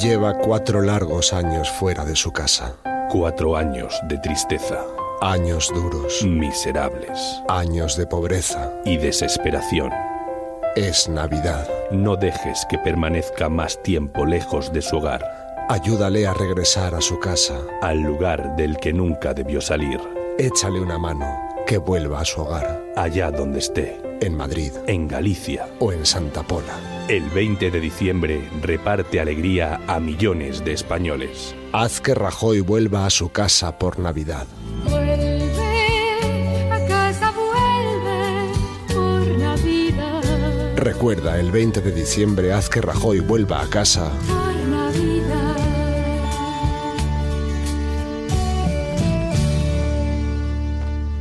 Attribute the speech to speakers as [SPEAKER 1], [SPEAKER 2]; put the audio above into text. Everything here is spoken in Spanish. [SPEAKER 1] Lleva cuatro largos años fuera de su casa.
[SPEAKER 2] Cuatro años de tristeza,
[SPEAKER 1] Años duros,
[SPEAKER 2] miserables
[SPEAKER 1] años de pobreza.
[SPEAKER 2] y desesperación.
[SPEAKER 1] Es Navidad.
[SPEAKER 2] No dejes que permanezca más tiempo lejos de su hogar,
[SPEAKER 1] Ayúdale a regresar a su casa.
[SPEAKER 2] al lugar del que nunca debió salir,
[SPEAKER 1] Échale una mano, que vuelva a su hogar,
[SPEAKER 2] allá donde esté,
[SPEAKER 1] en Madrid
[SPEAKER 2] en Galicia.
[SPEAKER 1] o en Santa Pola.
[SPEAKER 2] El 20 de diciembre reparte alegría a millones de españoles.
[SPEAKER 1] Haz que Rajoy vuelva a su casa por Navidad.
[SPEAKER 3] Vuelve a casa, vuelve por Navidad.
[SPEAKER 1] Recuerda, el 20 de diciembre haz que Rajoy vuelva a casa